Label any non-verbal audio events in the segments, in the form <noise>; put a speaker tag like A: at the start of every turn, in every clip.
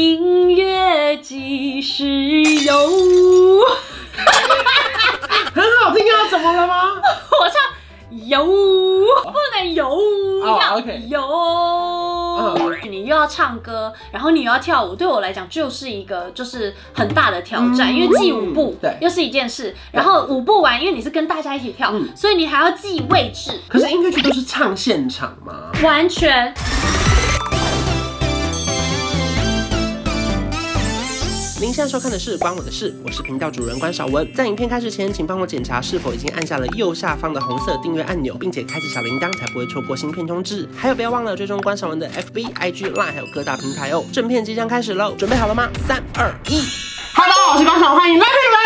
A: 明月几时有？
B: 很好听啊，怎么 <laughs> 了吗？
A: 我唱有，不能有，
B: 哦
A: 要
B: OK
A: 有。你又要唱歌，然后你又要跳舞，对我来讲就是一个就是很大的挑战，
B: 嗯
A: 因为记舞步
B: 对
A: 又是一件事，然后舞步完，因为你是跟大家一起跳，
B: 嗯
A: 所以你还要记位置，
B: 可是音乐剧都是唱现场嘛，
A: 完全。
B: 您现在收看的是《关我的事》，我是频道主人关少文。在影片开始前，请帮我检查是否已经按下了右下方的红色订阅按钮，并且开启小铃铛，才不会错过新片通知。还有，不要忘了追踪关少文的 FB、IG、Line，还有各大平台哦。正片即将开始喽，准备好了吗？三、二、一。Hello，我是关少文，欢迎赖佩如来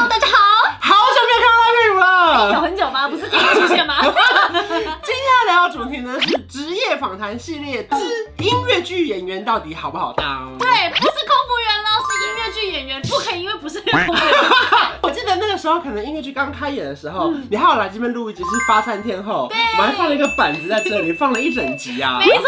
B: 啦！
A: 大家好，
B: 好久没有看到赖佩如了
A: 有很久
B: <laughs>
A: 吗？不是第一次出现吗？ <laughs>
B: 今天要聊的主题呢是职业访谈系列之音乐剧演员到底好不好当？对
A: 对，不是空服员喽，是音乐剧演员，不可以因为不是空服员。
B: <laughs> 我记得那个时候，可能音乐剧刚开演的时候，
A: 嗯
B: 你还有来这边录一集是发餐天后，我们还放了一个板子在这里，放了一整集啊。
A: 没错。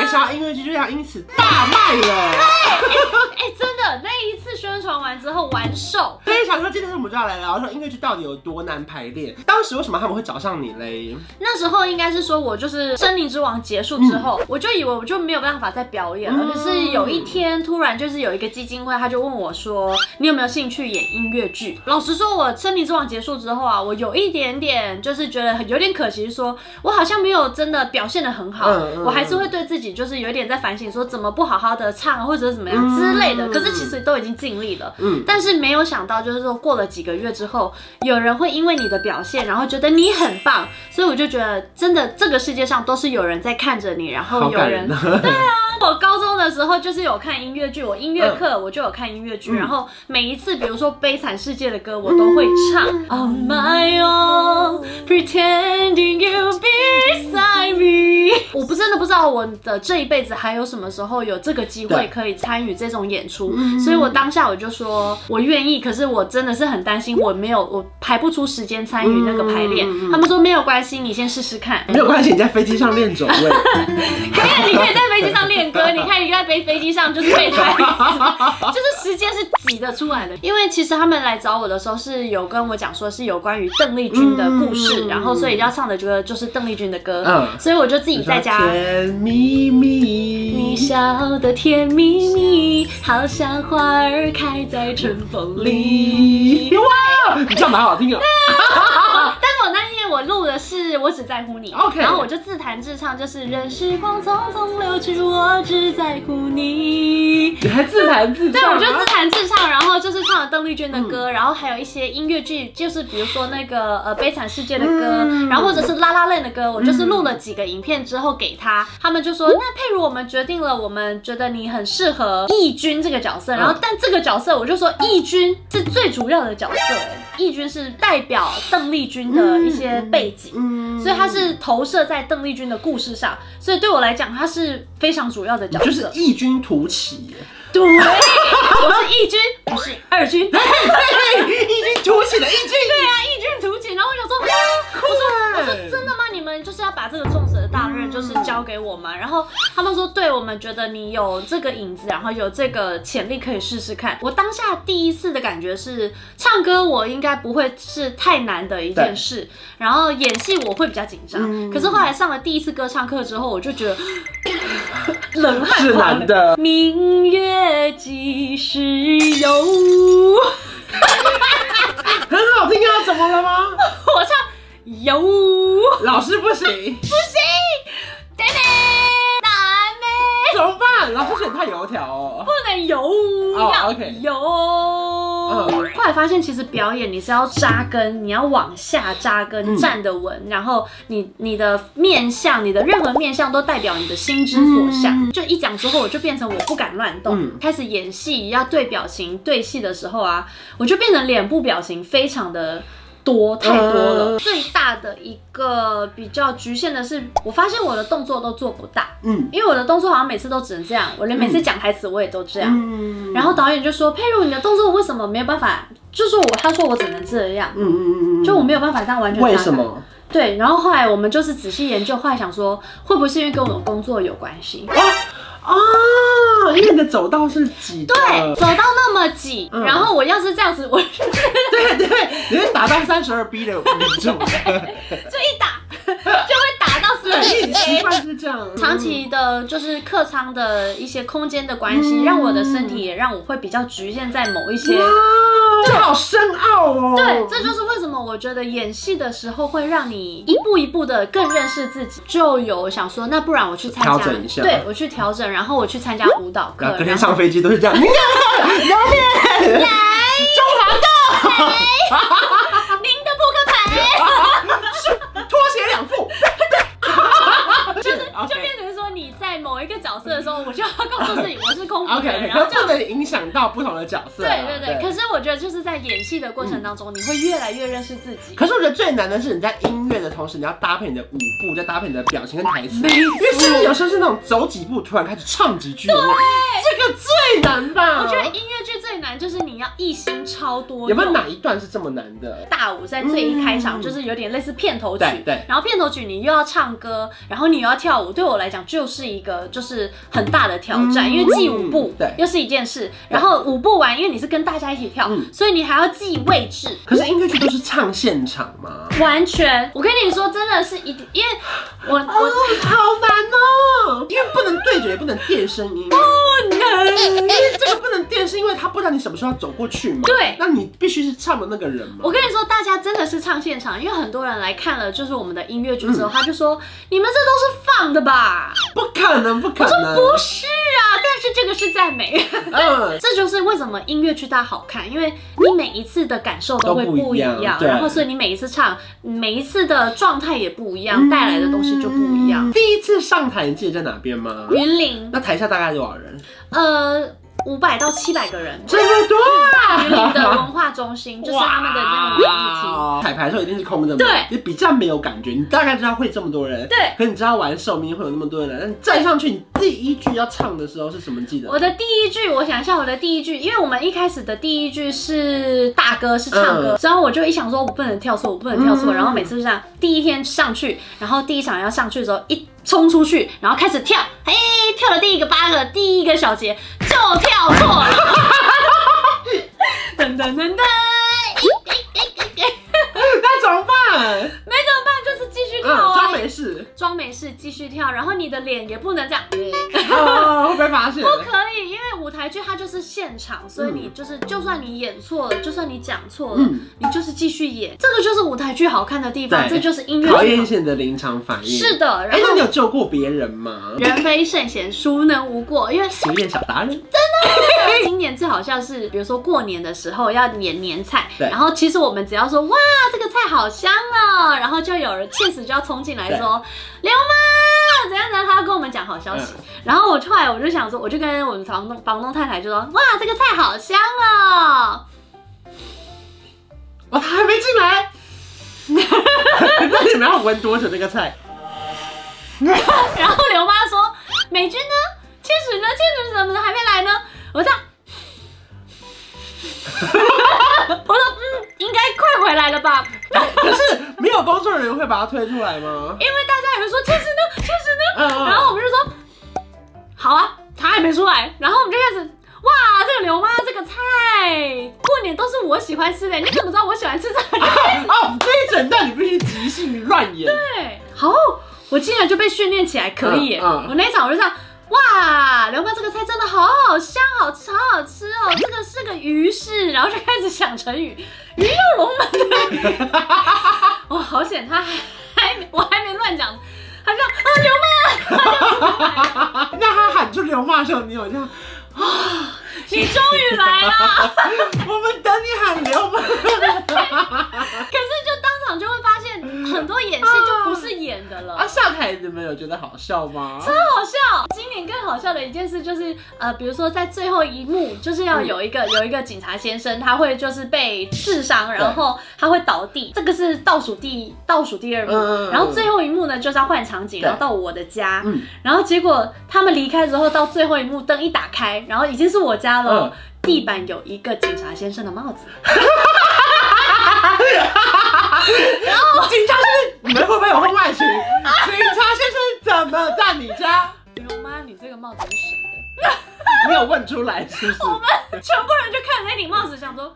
B: 没想到音乐剧就这样因此大卖了。
A: <laughs> 哎、真的，那一次宣传完之后完售，
B: 所以想说，今天我们就要来聊说音乐剧到底有多难排练。当时为什么他们会找上你嘞？
A: 那时候应该是说我就是《森林之王》结束之后，我就以为我就没有办法再表演了。
B: 嗯
A: 可是有一天突然就是有一个基金会，他就问我说：“你有没有兴趣演音乐剧？”老实说，我《森林之王》结束之后啊，我有一点点就是觉得很有点可惜说，我好像没有真的表现的很好，
B: 嗯嗯
A: 我还是会对自己就是有一点在反省，说怎么不好好的唱或者是怎么样
B: 嗯
A: 之类的。可是其实都已经尽力了，
B: 嗯，
A: 但是没有想到，就是说过了几个月之后，有人会因为你的表现，然后觉得你很棒，所以我就觉得真的这个世界上都是有人在看着你，然后
B: 好
A: 有
B: 感
A: 人
B: 人。啊。
A: 我高中的时候就是有看音乐剧，我音
B: 嗯
A: 乐课我就有看音乐剧，然后每一次比如说《悲惨世界》的歌，我都会唱。On
B: 嗯
A: my own, pretending you beside me。我 <laughs> 不真的不知道我的这一辈子还有什么时候有这个机会
B: 对嗯
A: 可以参与这种演出，所以我当下我就说我愿意，可是我真的是很担心我没有我排不出时间参与那个排练。
B: 嗯
A: 他们说没有关系，你先试试看。
B: 没有关系，你在飞机上练走位。
A: 可以，你可以在飞机上练歌，你看你在飞飞机上就是被拍死，就是时间是挤得出来的。因为其实他们来找我的时候是有跟我讲说是有关于邓丽君的故事，
B: 嗯
A: 然后所以要唱的歌就是邓丽君的歌，
B: 嗯
A: 所以我就自己 <laughs> 在家。
B: 甜蜜蜜，
A: 你笑得甜蜜蜜，好像花儿开在春风里。
B: 你哇，你唱蛮好听的。啊
A: 但我那天我录的是我只在乎你
B: OK
A: 然后我就自弹自唱，就是任时光匆匆流去，我只在乎你。
B: 你还自弹自
A: 对，
B: 唱、
A: 我
B: 啊？
A: 就自弹自唱，然后就是唱了邓丽君的
B: 嗯
A: 歌，然后还有一些音乐剧，就是比如说那个呃《悲惨世界》的歌，
B: 嗯
A: 然后或者是《拉拉链》的歌，我就是录了几个影片之后给他，他们就说
B: 嗯
A: 那佩如，我们决定了，我们觉得你很适合义军这个角色，然后
B: 嗯
A: 但这个角色我就说义军是最主要的角色、哎义军是代表邓丽君的一些背景。
B: 嗯
A: 所以他是投射在邓丽君的故事上，所以对我来讲，他是非常主要的角
B: 你
A: 色。
B: 就是异军突起耶，
A: 对，我是义军，不是二
B: <laughs>
A: 军。
B: 哎
A: 对
B: 异军突起的异军。
A: 啊，义军图景。然后我想说，哇，我说我说真的吗？你们就是要把这个重责的大任就是交给我吗？然后他们说，对我们觉得你有这个影子，然后有这个潜力可以试试看。我当下第一次的感觉是，唱歌我应该不会是太难的一件事，然后演戏我会比较紧张。
B: 嗯
A: 可是后来上了第一次歌唱课之后，我就觉得 <coughs> 冷汗
B: 是
A: 狂
B: 男
A: 流
B: 的，
A: 明月几时有？ <laughs>
B: 很好听啊，怎么了吗？
A: 我唱有，不
B: 老师不行，
A: 行，妹妹，哪妹
B: 怎么办？老师选太油条哦。
A: 不能有，
B: 哦
A: 要
B: OK 嗯
A: 有。后来发现，其实表演你是要扎根，你要往下扎根，
B: 嗯
A: 站得稳，然后你你的面相，你的任何面相都代表你的心之所向。就一讲之后，我就变成我不敢乱动，
B: 嗯
A: 开始演戏要对表情对戏的时候啊，我就变成脸部表情非常的。多太多
B: 呃
A: 了，最大的一个比较局限的是，我发现我的动作都做不大，
B: 嗯
A: 因为我的动作好像每次都只能这样，我连每次讲台词我也都这样。
B: 嗯
A: 然后导演就说：“佩如，你的动作为什么没有办法？就是我，他说我只能这样，
B: 嗯嗯嗯嗯，
A: 就我没有办法这样完全。”
B: 为什？么？
A: 对。然后后来我们就是仔细研究，后来想说，会不会是因为跟我们工作有关系？
B: 哦哦，因为你的走道是挤的，
A: 对，走到那么挤，
B: 嗯
A: 然后我要是 <laughs> 这样子，我就
B: 对对对，你会打到三十二 B 的民众，
A: 一打就会打到死
B: 对，
A: 人
B: 因为。 <laughs> 习惯是这样，
A: 长期的，就是客舱的一些空间的关系，
B: 嗯
A: 让我的身体也让我会比较局限在某一些
B: 嗯。哇，这好深奥哦，
A: 对，这就是为什么我觉得演戏的时候会让你一步一步的更认识自己，就有想说，那不然我去参加，
B: 调整一下
A: 对我去调整，然后我去参加舞蹈课
B: 然啊后，隔天
A: 然后
B: 上飞机都是这样， <laughs> 你
A: 您的啊扑克牌，
B: 拖鞋两副， <laughs>
A: 就是就
B: OK
A: 变成说你在某一个角色的时候，我就要告诉自己我是空服
B: OK，
A: 人，
B: OK，
A: 然后
B: 可
A: 这样
B: 不能影响到不同的角色啊。
A: 对对对，可是我觉得就是在演戏的过程当中，你会越来越认识自己。
B: 可是我觉得最难的是你在音乐的同时，你要搭配你的舞步，再搭配你的表情跟台词，因为甚至有时候是那种走几步突然开始唱几句，我这个最难吧？
A: 我觉得音乐剧最难就是你要一心超多用。
B: 有没有哪一嗯段是这么难的？
A: 大舞在最一开场
B: 嗯
A: 就是有点类似片头曲，
B: 对对
A: 然后片头曲你又要唱歌，然后你又要跳舞，对我来讲就是一个就是很大的挑战，
B: 嗯
A: 因为记舞步
B: 对
A: 又是一件事，然后舞步完，因为你是跟大家一起跳，
B: 嗯
A: 所以你还要记位置。
B: <laughs> 可是音乐剧都是唱现场嘛，
A: 完全，我跟你说，真的是一定，因为我
B: <laughs>
A: 我
B: 好难哦，因为不能对嘴，也不能电声音，
A: 哦
B: 不能，因为这个不能电是因为他不知道你什么时候要走过去嘛，
A: 对
B: 那你必须是唱的那个人嘛，
A: <laughs> 我跟你说，大家真的是唱现场，因为很多人来看了就是我们的音乐剧之
B: 嗯
A: 后，他就说你们这都是放的吧？
B: 不可能，不可能，
A: 不是啊，但是这个是赞美。
B: 嗯，
A: <laughs> 这就是为什么音乐剧它好看，因为你每一次的感受都会不一
B: 都不一样对
A: 然后所以你每一次唱，每一次的状态也不一
B: 嗯
A: 样，带来的东西就不一样。
B: 第一次上台，你记得在哪边吗？
A: 云林，
B: 那台下大概多少人？
A: 呃，五百到七百个人，
B: 这么多啊！
A: 云林的文化中心就是他们的那种演艺厅。
B: 哇彩排的时候一定是空的嘛，
A: 对
B: 你比较没有感觉，你大概知道会这么多人，
A: 对
B: 可你知道玩寿命会有那么多人来，但你站上去，你第一句要唱的时候是什么？记得吗？
A: 我的第一句，我想一下，我的第一句，因为我们一开始的第一句是大哥是唱歌，然后我就一想说，我不能跳错，我不能跳错，
B: 嗯
A: 然后每次这样，第一天上去，然后第一场要上去的时候，一冲出去，然后开始跳，哎，跳了第一个八个，第一个小节就跳错
B: <laughs>
A: 了，噔噔噔噔，
B: 那怎么办？
A: 没怎么办，就是继续跳
B: 嗯，
A: 啊
B: 装，没事
A: 装没事，继续跳，然后你的脸也不能这样。
B: 哦，会被发现。
A: 不可以，因为舞台剧它就是现场，所以你就是就算你演错了，就算你讲错了，
B: 嗯
A: 你就是继续演，这个就是舞台剧好看的地方，
B: 对
A: 这就是音乐
B: 考
A: 剧
B: 验一
A: 好。
B: 些你的临场反应。
A: 是。的，
B: 哎
A: 然，
B: 那你
A: 后
B: 有救过别人吗？
A: 人非圣贤，孰能无过？因为
B: 行练小达人。
A: 今年最好笑是，比如说过年的时候要年年菜，
B: 对
A: 然后其实我们只要说哇这个菜好香哦，然后就有人确实就要冲进来说刘妈怎样怎样，他要跟我们讲好消息。然后我后来我就想说，我就跟我们房东房东太太就说哇这个菜好香哦， <laughs>
B: 哇，哦他还没进来。 <laughs> 那你们要闻多久这个菜？
A: 然后刘妈说美军呢，千纸呢，千纸怎么还没来呢？我这样。我说，嗯，应该快回来了吧？
B: 可是没有工作人员会把它推出来吗？
A: 因为大家有人说确实呢，确实呢，
B: 嗯嗯
A: 哎然后我们就说好啊，他还没出来，然后我们就开始哇，这个刘妈这个菜，过年都是我喜欢吃的，你怎么知道我喜欢吃这个？
B: 哦，这一整段你必须即兴乱演。 <laughs>
A: 对，好，我竟然就被训练起来，可以耶！
B: 嗯嗯
A: 我那一场我就这样。哇，刘妈这个菜真的好好香，好吃，好好吃哦！这个是个鱼是，然后就开始想成语，鱼跃龙门的
B: <laughs>
A: 鱼。哇，好险，他还还没我还没乱讲，他这样啊，刘妈
B: 那他喊出刘妈的时候，你有这样？
A: 你终于来 <laughs> 了！
B: 我们等你喊刘妈。
A: 可是就当场就会发现，很多演戏就不是演的了
B: 啊，。上台你们有觉得好笑吗？
A: 好笑！今年更好笑的一件事就是，呃，比如说在最后一幕，就是要有一个、有一个警察先生，他会就是被刺伤，然后他会倒地，这个是倒数第倒数第二幕，
B: 嗯嗯嗯
A: 然后啊最后一幕呢就是要换场景，
B: 对
A: 然后到我的家，
B: 嗯
A: 然后结果他们离开之后，到最后一幕灯一打开，然后已经是我家了，
B: 嗯
A: 地板有一个警察先生的帽子，
B: 警察先生，你们会不会有婚外情？警察先生怎么在你家？
A: 哎刘妈，你这个帽子是谁的？
B: 没有问出来是不
A: 全
B: 是？
A: 部人就看着那顶帽子，想说，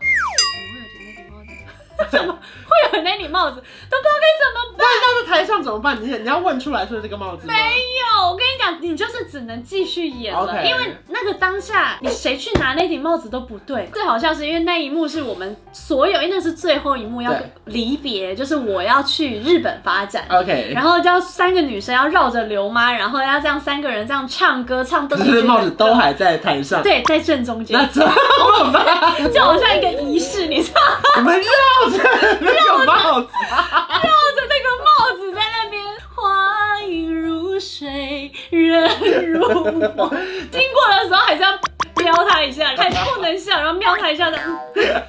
A: <laughs> 怎么会有那顶帽子？ <laughs> 怎么会有那顶帽子？都不知道该怎么办。
B: 那要在台上怎么办？你你要问出来说这个帽子吗？
A: 没有，我跟你讲，你就是只能继续演了
B: OK
A: 因为那个当下你谁去拿那顶帽子都不对。最好笑是因为那一幕是我们所有，因为那是最后一幕要
B: 对啊
A: 离别，就是我要去日本发展。
B: OK，
A: 然后就要三个女生要绕着刘妈，然后要这样三个人这样唱歌，唱邓
B: 这
A: 丽君
B: 些
A: 的
B: 帽子都
A: 歌
B: 还在台上，
A: 对，在正中间
B: 那，怎么办？
A: 就好像一个仪式，你知道吗，
B: 我们绕着那个帽子，
A: 绕着那个帽子在那边，花影如水，人如梦。经过的时候还是要瞄他一下，还不能笑，然后瞄他一下的。嗯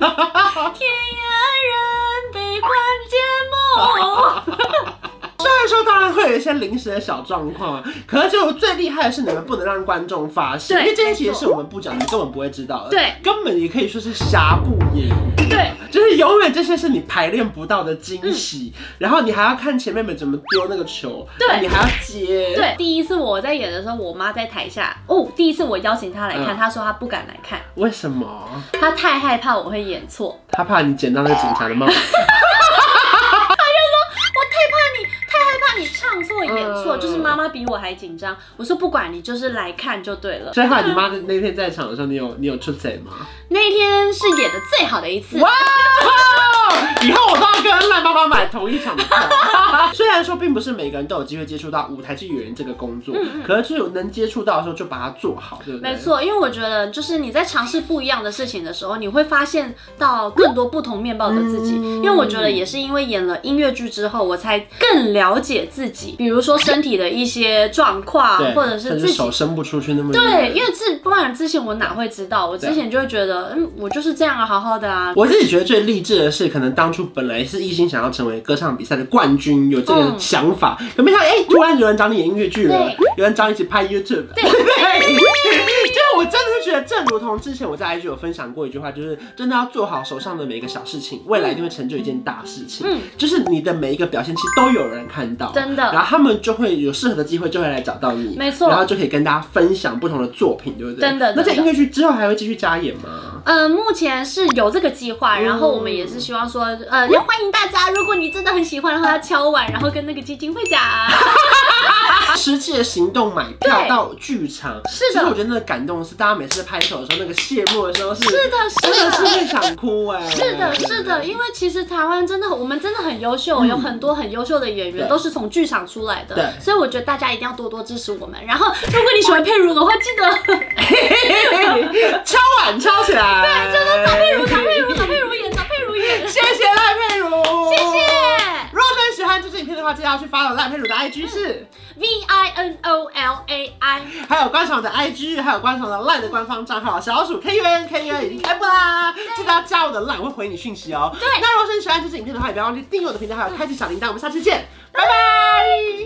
A: 天涯人被关节梦，
B: 虽然说当然会有一些临时的小状况啊，可是就最厉害的是你们不能让观众发现，
A: 对
B: 因为这些其实是我们部长你根本不会知道的，
A: 对，
B: 根本也可以说是瑕不掩瑜。
A: <laughs> 对。
B: 就是永远这些是你排练不到的惊喜，然后你还要看前辈们怎么丢那个
A: 嗯
B: 球，
A: 对
B: 然后你还要接，
A: 对，第一次我在演的时候，我妈在台下。哦，第一次我邀请她来看，
B: 嗯
A: 她说她不敢来看，
B: 为什么？
A: 她太害怕我会演错。
B: 他怕你捡到那个警察的帽子，
A: 我太怕你，太害怕你唱错演错，
B: 嗯
A: 就是妈妈比我还紧张。我说不管你，就是来看就对了。
B: 所以后来你妈的那天在场的时候，你有你有出彩吗？
A: 那一天是演的最好的一次。
B: 哇！
A: 哦
B: 以后我都要跟赖妈妈买同一场的票。 <laughs> 虽然说并不是每个人都有机会接触到舞台剧演员这个工作，可是就有能接触到的时候就把它做好，对不
A: 嗯
B: 对？
A: 没。错，因为我觉得就是你在尝试不一样的事情的时候，你会发现到更多不同面貌的自己。
B: 嗯
A: 因为我觉得也是因为演了音乐剧之后，我才更了解自己，比如说身体的一些状况，
B: 对，
A: 啊或者是
B: 甚至
A: 自己
B: 手伸不出去那么远
A: 对，因为自不然之前我哪会知道？我之前就会觉得，嗯，我就是这样啊，好好的啊。
B: 我自己觉得最励志的是，可能当初本来是一心想要成为歌唱比赛的冠军，有这个
A: 嗯
B: 想法，可没想到哎、突然有人找你演音乐剧了
A: 对，
B: 有人找你一起拍 YouTube。 <laughs>
A: 对
B: 就是我真的觉得，正如同之前我在 IG 有分享过一句话，就是真的要做好手上的每一个小事情，未来一定会成就一件大事情。
A: 嗯
B: 就是你的每一个表现，其实都有人看到，
A: 真的
B: 然后他们就会有适合的机会，就会来找到你，
A: 没错
B: 然后就可以跟大家分享不同的作品，对不对？
A: 真的
B: 那这
A: 真的
B: 音乐剧之后还会继续加演吗？
A: 呃，目前是有这个计划，然后我们
B: 嗯
A: 也是希望说，呃，要欢迎大家，如果你真的很喜欢的话，要敲碗，然后跟那个基金会讲。
B: 实际的行动买票
A: 对
B: 到剧场，
A: 是
B: 其实我
A: 的，
B: 觉得那个感动是大家每次拍手的时候，那个谢幕的时候是，
A: 是的，
B: 真的
A: 是
B: 是
A: 的。
B: 会想哭哎、
A: 是的，是
B: <laughs>
A: 的，因为其实台湾真的，我们真的很优秀，有很多很优秀的演员
B: 嗯对
A: 都是从剧场出来
B: 对
A: 的，所以我觉得大家一定要多多支持我们。然后，如果你喜欢佩如的话，记
B: <laughs>
A: 得
B: 敲碗敲起来，对，真的
A: 找佩如，找佩如，找佩如演，找佩如演，谢
B: 谢谢赖佩如，谢谢。
A: 谢。
B: 如果很喜欢这支影片的话，记得要去 follow 赖佩如的 IG 是，
A: V I N O L A I。
B: 还有观赏的 IG，还有观赏的赖的官方账号小鼠 K U N K U N 已经开播啦，记得要加我的赖，我会回你讯息哦。
A: 对
B: 那如果是喜欢这支影片的话，也不要忘记订阅我的频道，还有开启小铃铛，我们下期见，拜拜